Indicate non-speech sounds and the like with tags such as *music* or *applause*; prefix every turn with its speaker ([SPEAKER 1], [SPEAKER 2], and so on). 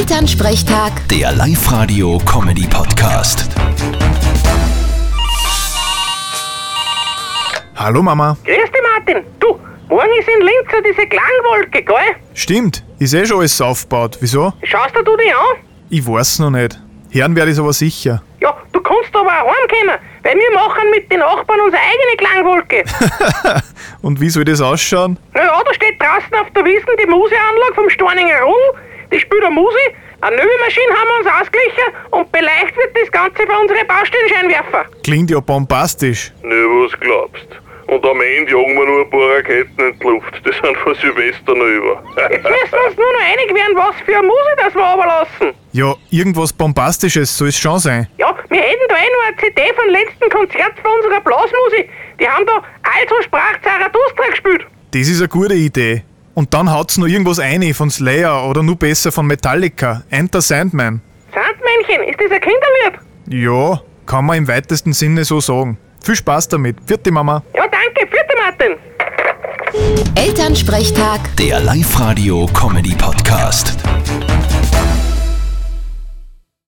[SPEAKER 1] Elternsprechtag,
[SPEAKER 2] Der Live-Radio-Comedy-Podcast.
[SPEAKER 3] Hallo Mama.
[SPEAKER 4] Grüß dich, Martin. Du, morgen ist in Linz so diese Klangwolke, gell?
[SPEAKER 3] Stimmt, ist eh schon alles aufgebaut. Wieso?
[SPEAKER 4] Schaust dir du die an?
[SPEAKER 3] Ich weiß noch nicht. Hören werde ich aber sicher.
[SPEAKER 4] Ja, du kannst aber auch heimkommen, weil wir machen mit den Nachbarn unsere eigene Klangwolke.
[SPEAKER 3] Und wie soll das ausschauen?
[SPEAKER 4] naja, da steht draußen auf der Wiesen die Museanlage vom Storninger Rung, die spielt eine Muse, eine neue Maschine haben wir uns ausgeglichen und beleuchtet wird das Ganze bei unseren Baustellenscheinwerfer.
[SPEAKER 3] Klingt ja bombastisch.
[SPEAKER 5] Ne, was glaubst? Und am Ende jagen wir nur ein paar Raketen in die Luft. Das sind von Silvester noch über. *laughs*
[SPEAKER 4] Jetzt müssen wir uns nur noch einig werden, was für eine Muse das wir überlassen.
[SPEAKER 3] Ja, irgendwas Bombastisches soll es schon sein.
[SPEAKER 4] Ja, wir hätten da eh noch eine CD vom letzten Konzert von unserer Blasmusik. Die haben da Also sprach Zarathustra gespielt.
[SPEAKER 3] Das ist eine gute Idee. Und dann haut's noch irgendwas ein von Slayer oder nur besser von Metallica. Enter Sandman.
[SPEAKER 4] Sandmännchen, ist das ein Kinderlied?
[SPEAKER 3] Ja, kann man im weitesten Sinne so sagen. Viel Spaß damit. Vierte Mama.
[SPEAKER 4] Ja, danke. Vierte Martin.
[SPEAKER 1] Elternsprechtag.
[SPEAKER 2] Der Live-Radio-Comedy-Podcast.